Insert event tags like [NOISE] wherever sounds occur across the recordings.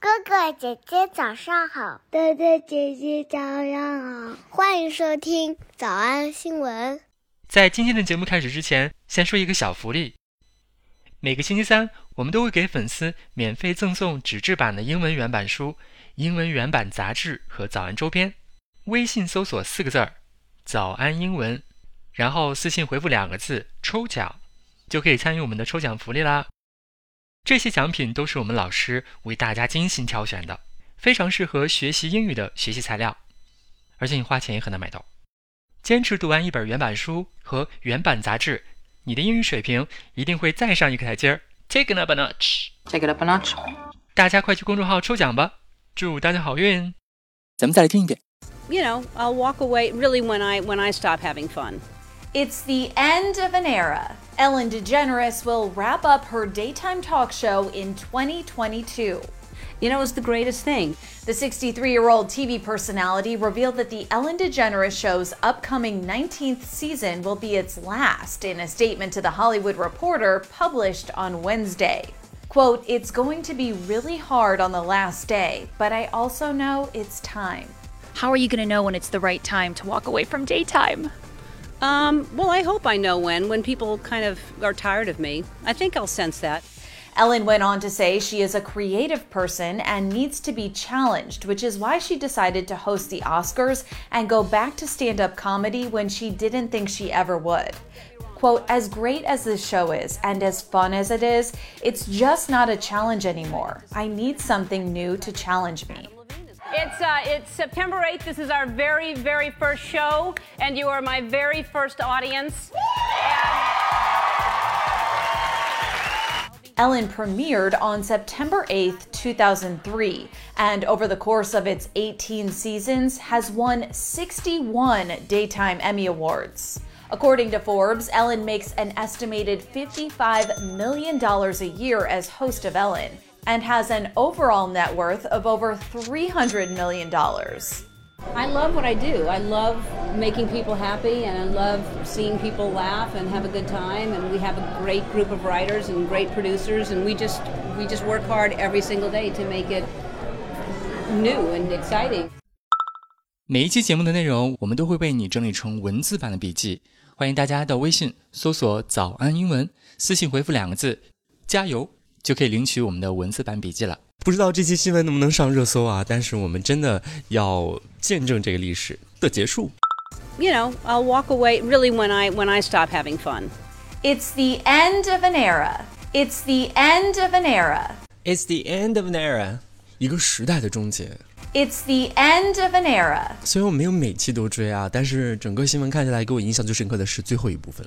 哥哥姐姐早上好，哥哥姐姐早上好，欢迎收听早安新闻。在今天的节目开始之前，先说一个小福利。每个星期三，我们都会给粉丝免费赠送纸质版的英文原版书、英文原版杂志和早安周边。微信搜索四个字儿“早安英文”，然后私信回复两个字“抽奖”，就可以参与我们的抽奖福利啦。这些奖品都是我们老师为大家精心挑选的，非常适合学习英语的学习材料，而且你花钱也很难买到。坚持读完一本原版书和原版杂志，你的英语水平一定会再上一个台阶儿。Take it up a notch。 Take it up a notch. 大家快去公众号抽奖吧，祝大家好运！咱们再来听一遍。 You know, I'll walk away really when I when I stop having fun. It's the end of an era. Ellen DeGeneres will wrap up her daytime talk show in 2022. You know, it's the greatest thing. The 63 year old TV personality revealed that The Ellen DeGeneres Show's upcoming 19th season will be its last in a statement to The Hollywood Reporter published on Wednesday. Quote, It's going to be really hard on the last day, but I also know it's time. How are you going to know when it's the right time to walk away from daytime? Um, well, I hope I know when when people kind of are tired of me. I think I'll sense that. Ellen went on to say she is a creative person and needs to be challenged, which is why she decided to host the Oscars and go back to stand up comedy when she didn't think she ever would. Quote, as great as this show is and as fun as it is, it's just not a challenge anymore. I need something new to challenge me. It's uh, it's September 8th. This is our very very first show, and you are my very first audience. Ellen premiered on September 8, 2003, and over the course of its 18 seasons has won 61 Daytime Emmy Awards. According to Forbes, Ellen makes an estimated $55 million a year as host of Ellen and has an overall net worth of over $300 million. I love what I do. I love making people happy and I love seeing people laugh and have a good time and we have a great group of writers and great producers and we just we just work hard every single day to make it new and exciting. 每一期节目的内容，我们都会为你整理成文字版的笔记，欢迎大家到微信搜索“早安英文”，私信回复两个字“加油”就可以领取我们的文字版笔记了。不知道这期新闻能不能上热搜啊？但是我们真的要见证这个历史的结束。 You know, I'll walk away really when I when I stop having fun. It's the end of an era. It's the end of an era. It's the end of an era，一个时代的终结。 It's the end of an era. 虽然我没有每期都追啊，但是整个新闻看下来，给我印象最深刻的是最后一部分。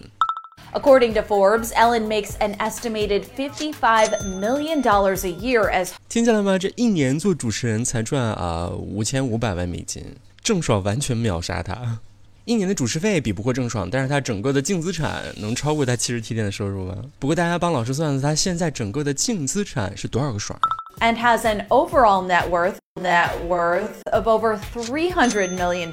According to Forbes, Ellen makes an estimated $55 million a year as 听见了吗？这一年做主持人才赚啊五千五百万美金，郑爽完全秒杀他。一年的主持费比不过郑爽，但是他整个的净资产能超过他七十 T 店的收入吗？不过大家帮老师算算，他现在整个的净资产是多少个爽？啊 and has an overall net worth net worth of over $300 million.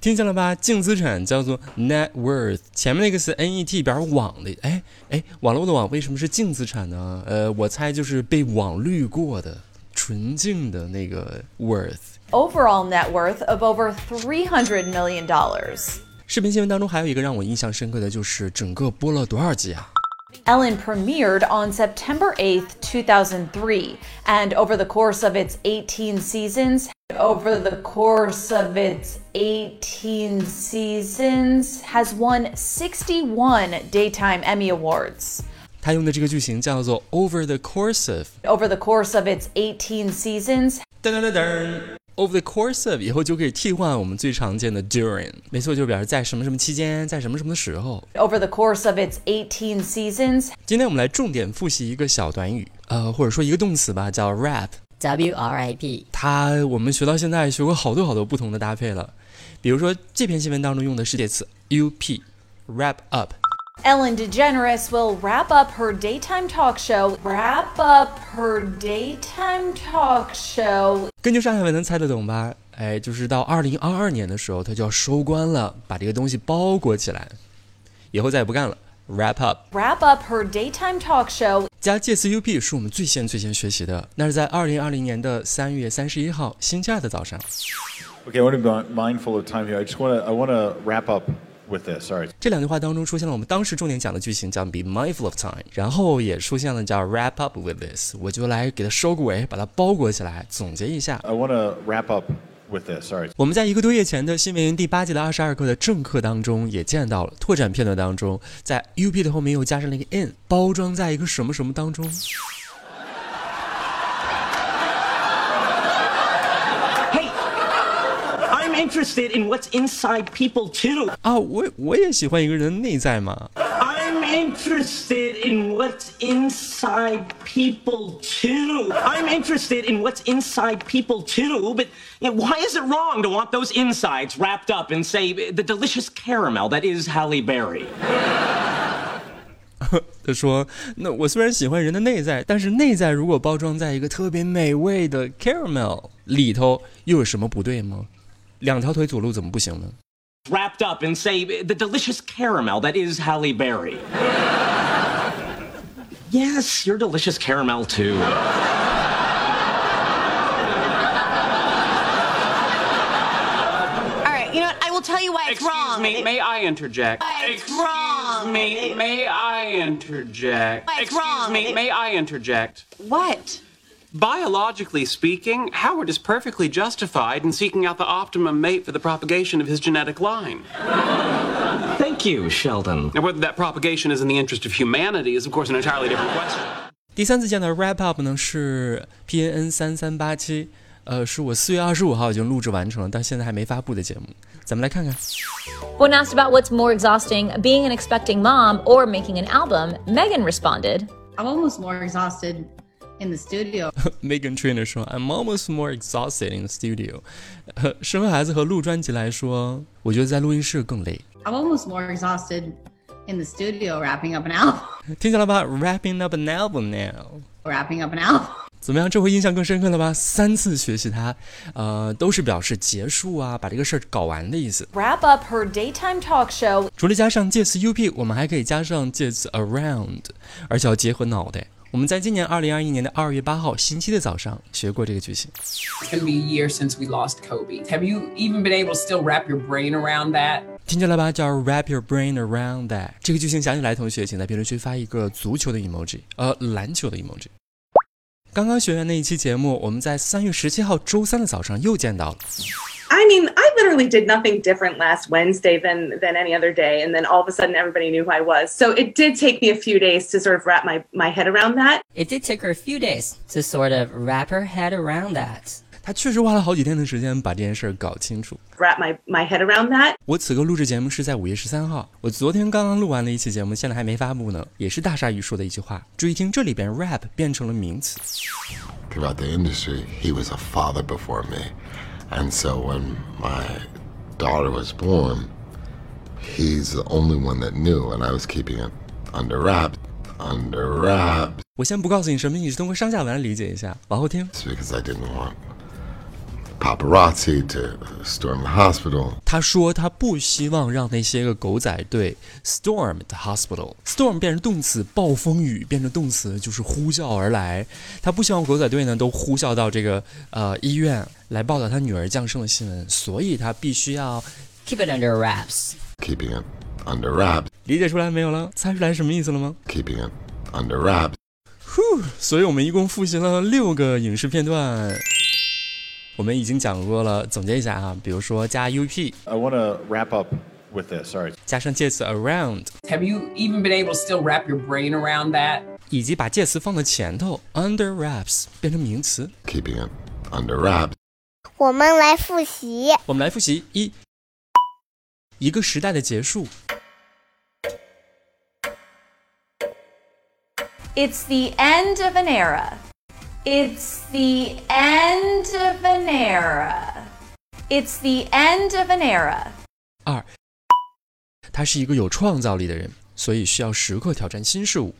听见了吧？净资产叫做 net worth，前面那个是 net 表网的，哎哎，网络的网为什么是净资产呢？呃，我猜就是被网滤过的纯净的那个 worth。 Overall net worth of over $300 million. 视频新闻当中还有一个让我印象深刻的就是整个播了多少集啊？ Ellen premiered on September 8th, 2003, and over the course of its 18 seasons, over the course of its 18 seasons, has won 61 Daytime Emmy Awards. 他用的这个句型叫做 over the course of， Over the course of its 18 seasons, 噔噔噔噔。Over the course of 以后就可以替换我们最常见的 during，没错，就表示在什么什么期间，在什么什么时候。 over the course of its 18 seasons, 今天我们来重点复习一个小短语，呃，或者说一个动词吧，叫 wrap。 W R I P 它我们学到现在学过好多好多不同的搭配了，比如说这篇新闻当中用的是介词 up，wrap up。 Ellen DeGeneres will wrap up her daytime talk show. Wrap up her daytime talk show. 根据上下文能猜得懂吧？哎，就是到二零二二年的时候，它就要收官了，把这个东西包裹起来，以后再也不干了。 wrap up。 wrap up her daytime talk show 加 JCUP 是我们最先最先学习的，那是在二零二零年的三月三十一号星假的早上。 Okay, I want to be mindful of time here. I just want to I want to wrap up with this. All right. 这两句话当中出现了我们当时重点讲的句型，叫 be mindful of time，然后也出现了叫 wrap up with this，我就来给它收个尾，把它包裹起来，总结一下。 I want to wrap up with this. All right. 我们在一个多月前的新闻营第八季的二十二课的正课当中也见到了，拓展片段当中，在 up 的后面又加上了一个 in，包装在一个什么什么当中。 Hey, I'm interested in what's inside people too. 啊，我我也喜欢一个人的内在嘛。 I'm interested in what's inside people too. I'm interested in what's inside people too, but you know, why is it wrong to want those insides wrapped up in, say, the delicious caramel that is Halle Berry? 他说：“那我虽然喜欢人的内在，但是内在如果包装在一个特别美味的 caramel 里头，又有什么不对吗？两条腿走路怎么不行呢？ Wrapped up in, say, the delicious caramel that is Halle Berry. yes, you're delicious caramel too. 第三次见到 wrap up 呢是 PNN 三三八七，呃，是我四月二十五号已经录制完成了，但现在还没发布的节目。咱们来看看， When asked about what's more exhausting, being an expecting mom or making an album, Megan responded, I'm almost more exhausted in the studio. Megan Trainer 说：“I'm almost more exhausted in the studio。”呃， [LAUGHS] 生完孩子和录专辑来说，我觉得在录音室更累。 I'm almost more exhausted in the studio wrapping up an album. [LAUGHS] 听见了吧？Wrapping up an album now。 Wrapping up an album. 怎么样？这回印象更深刻了吧？三次学习它，呃，都是表示结束啊，把这个事儿搞完的意思。 wrap up her daytime talk show 除了加上介词 up，我们还可以加上介词 around，而且要结合脑袋。我们在今年二零二一年的二月八号星期的早上学过这个句型。 It's going to be a year since we lost Kobe. Have you even been able to still wrap your brain around that? 听见了吧？叫 wrap your brain around that。这个句型想起来的同学，请在评论区发一个足球的 emoji，呃，篮球的 emoji。刚刚学完那一期节目，我们在三月十七号周三的早上又见到了。 I mean, I literally did nothing different last Wednesday than than any other day, and then all of a sudden everybody knew who I was. So it did take me a few days to sort of wrap my, my head around that. It did take her a few days to sort of wrap her head around that. 他确实花了好几天的时间把这件事儿搞清楚。 Wrap my, my head around that. 我此刻录制节目是在五月十三号，我昨天刚刚录完了一期节目，现在还没发布呢，也是大鲨鱼说的一句话。注意听，这里边 rap 变成了名词。 throughout the industry, he was a father before me. And so when my daughter was born, he's the only one that knew, and I was keeping it under wraps, under wraps, 我先不告诉你什么意思，通过上下文来理解一下，往后听。 because I didn't want paparazzi to storm the hospital. 他说他不希望让那些个狗仔队 storm the hospital。storm 变成动词，暴风雨变成动词就是呼啸而来。他不希望狗仔队呢都呼啸到这个呃医院来报道他女儿降生的新闻，所以他必须要 Keep it under wraps. Keeping it under wraps, 理解出来没有了？猜出来什么意思了吗？ keeping it under wraps. 所以我们一共复习了六个影视片段。我们已经讲过了，总结一下啊，比如说加 up， I want to wrap up with this. All right. 加上介词 around， Have you even been able to still wrap your brain around that? 以及把介词放到前头 under wraps 变成名词。 Keeping it under wraps. 我们来复习我们来复习一，一个时代的结束 It's the end of an era. It's the end of an era. It's the end of an era. 二，他是一个有创造力的人，所以需要时刻挑战新事物。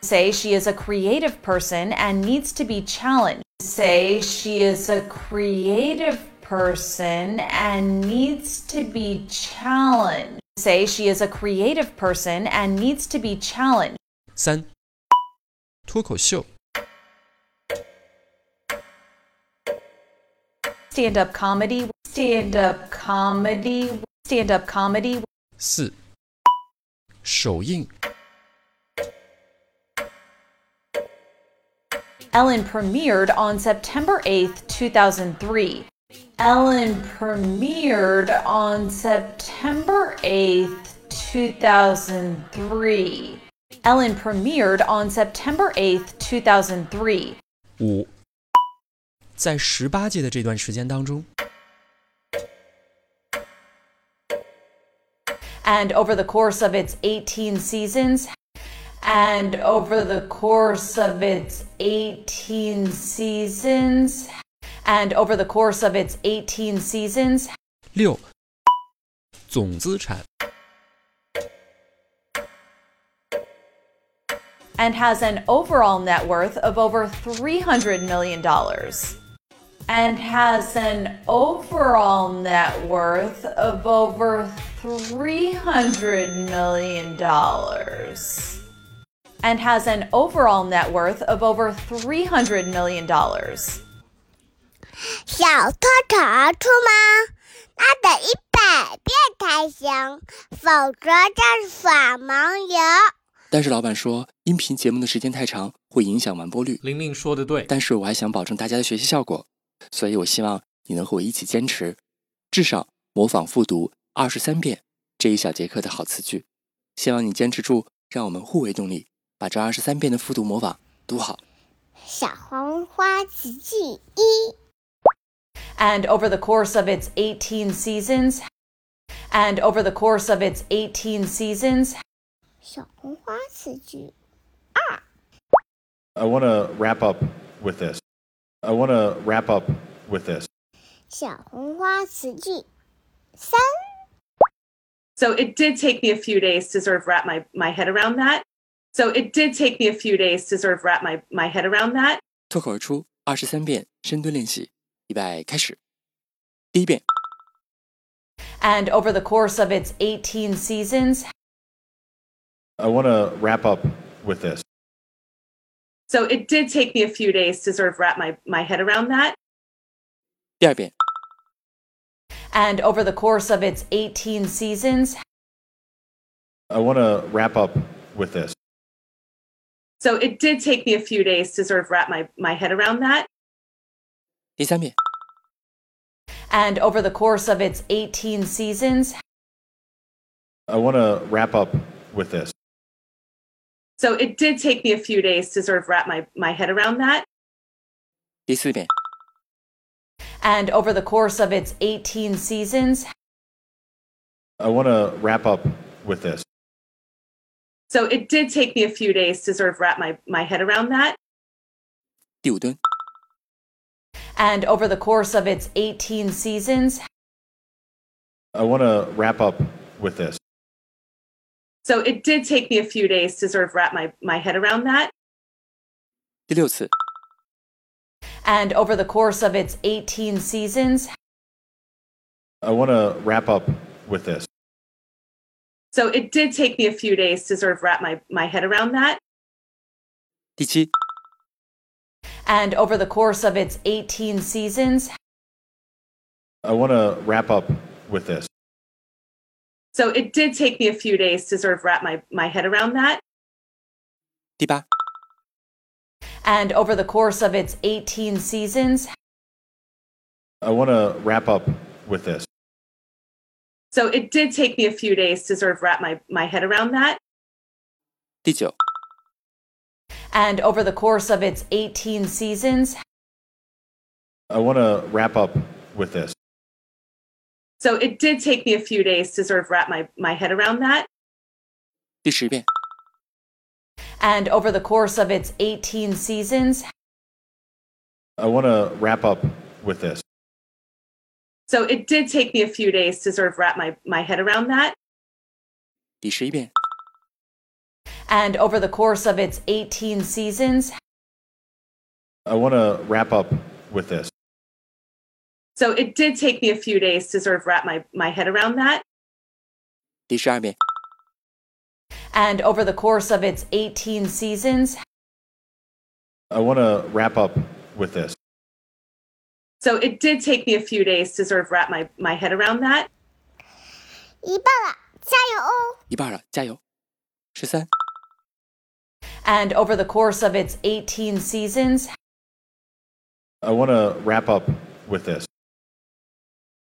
Say she is a creative person and needs to be challenged. Say she is a creative person and needs to be challenged. Say she is a creative person and needs to be challenged. 三，脱口秀。 Stand up comedy, stand up comedy, stand up comedy. 四，首映。 Ellen premiered on September 8th, 2003. Ellen premiered on September 8th, 2003. Ellen premiered on September 8th, 2003. 五，在十八届的这段时间当中， And over the course of its 18 seasons, and over the course of its 18 seasons, and over the course of its 18 seasons, 六，总资产。 and has an overall net worth of over $300 million. And has an overall net worth of over $300 million. And has an overall net worth of over $300 million. 小兔兔儿出门，那得一百遍才行，否则这是耍盲游。但是老板说，音频节目的时间太长，会影响完播率。玲玲说的对，但是我还想保证大家的学习效果，所以我希望你能和我一起坚持，至少模仿复读二十三遍这一小节课的好词句。希望你坚持住，让我们互为动力，把这二十三遍的复读模仿读好。小黄花词句一， And over the course of its 18 seasons, and over the course of its 18 seasons, 小红花词句 I want to wrap up with this. I want to wrap up with this. 小红花词句三， So it did take me a few days to sort of wrap my, my head around that. So it did take me a few days to sort of wrap my, my head around that. 脱口而出二十三遍深蹲练习，预备开始。第一遍， and over the course of its 18 seasons, I want to wrap up with this. So it did take me a few days to sort of wrap my, my head around that. 第二遍， and over the course of its 18 seasons, I want to wrap up with this. So it did take me a few days to sort of wrap my, my head around that. 第三遍， and over the course of its 18 seasons, I want to wrap up with this. So it did take me a few days to sort of wrap my, my head around that. 第四遍， and over the course of its 18 seasons, I want to wrap up with this. So it did take me a few days to sort of wrap my, my head around that. 第五蹲， and over the course of its 18 seasons, I want to wrap up with this. So it did take me a few days to sort of wrap my, my head around that. 第六次， and over the course of its 18 seasons, I want to wrap up with this. So it did take me a few days to sort of wrap my, my head around that. 第七， and over the course of its 18 seasons, I want to wrap up with this. So it did take me a few days to sort of wrap my, my head around that. 第八， and over the course of its 18 seasons, I want to wrap up with this. So it did take me a few days to sort of wrap my, my head around that. 第九， and over the course of its 18 seasons, I want to wrap up with this. So it did take me a few days to sort of wrap my, my head around that. 第十遍， and over the course of its 18 seasons, I want to wrap up with this. So it did take me a few days to sort of wrap my, my head around that. 第十一遍， and over the course of its 18 seasons, I want to wrap up with this. So it did take me a few days to sort of wrap my, my head around that. 第十二遍， And over the course of its 18 seasons, I want to wrap up with this. So it did take me a few days to sort of wrap my, my head around that. 一半了，加油哦！一半了，加油！十三、 and over the course of its 18 seasons, I want to wrap up with this.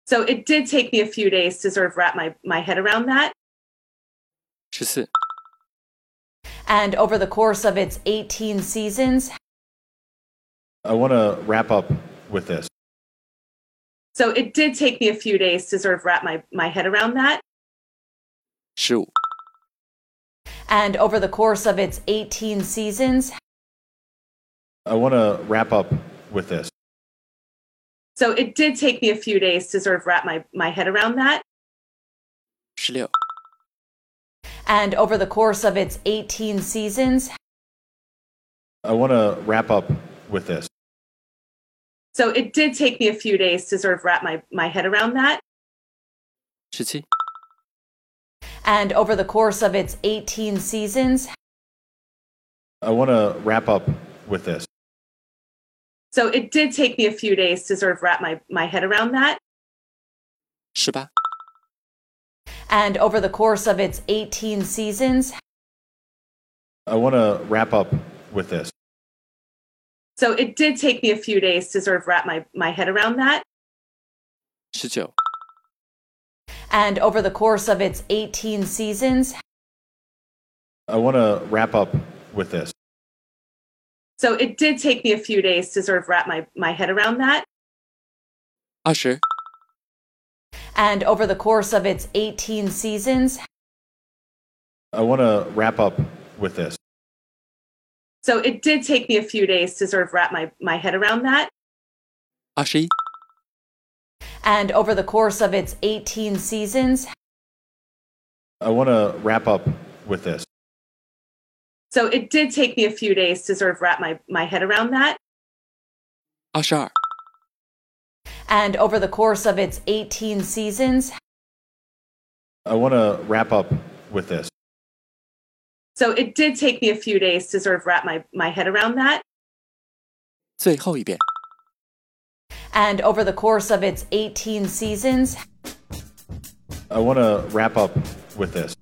So it did take me a few days to sort of wrap my, my head around that. 十四、 and over the course of its 18 seasons, I want to wrap up with this. So it did take me a few days to sort of wrap my, my head around that. 十五、 and over the course of its 18 seasons, I want to wrap up with this. So it did take me a few days to sort of wrap my, my head around that. 十六、 and over the course of its 18 seasons, I want to wrap up with this. So it did take me a few days to sort of wrap my, my head around that. 十七、 and over the course of its 18 seasons, I want to wrap up with this. So it did take me a few days to sort of wrap my, my head around that. 十八、 and over the course of its 18 seasons, I want to wrap up with this. So it did take me a few days to sort of wrap my, my head around that. 十九、 and over the course of its 18 seasons, I want to wrap up with this. So it did take me a few days to sort of wrap my, my head around that. 二十、 and over the course of its 18 seasons, I want to wrap up with this. So it did take me a few days to sort of wrap my, my head around that. 二十一、 and over the course of its 18 seasons, I want to wrap up with this. So it did take me a few days to sort of wrap my, my head around that. 二十二、 and over the course of its 18 seasons, I want to wrap up with this. So it did take me a few days to sort of wrap my, my head around that. 最后一遍。 and over the course of its 18 seasons, I want to wrap up with this.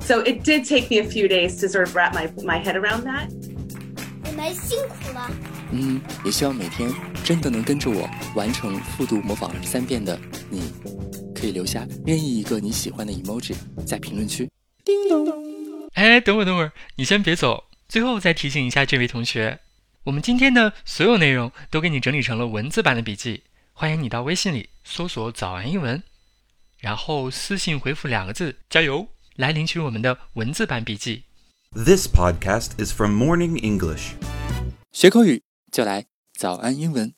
So it did take me a few days to sort of wrap my, my head around that. 你们辛苦了。嗯，也希望每天真的能跟着我完成复读模仿二十三遍的你，可以留下任意一个你喜欢的 emoji 在评论区。叮咚。哎，等会儿，等会儿，你先别走。最后再提醒一下这位同学，我们今天的所有内容都给你整理成了文字版的笔记，欢迎你到微信里搜索“早安英文”，然后私信回复两个字“加油”来领取我们的文字版笔记。 This podcast is from Morning English. 学口语就来早安英文。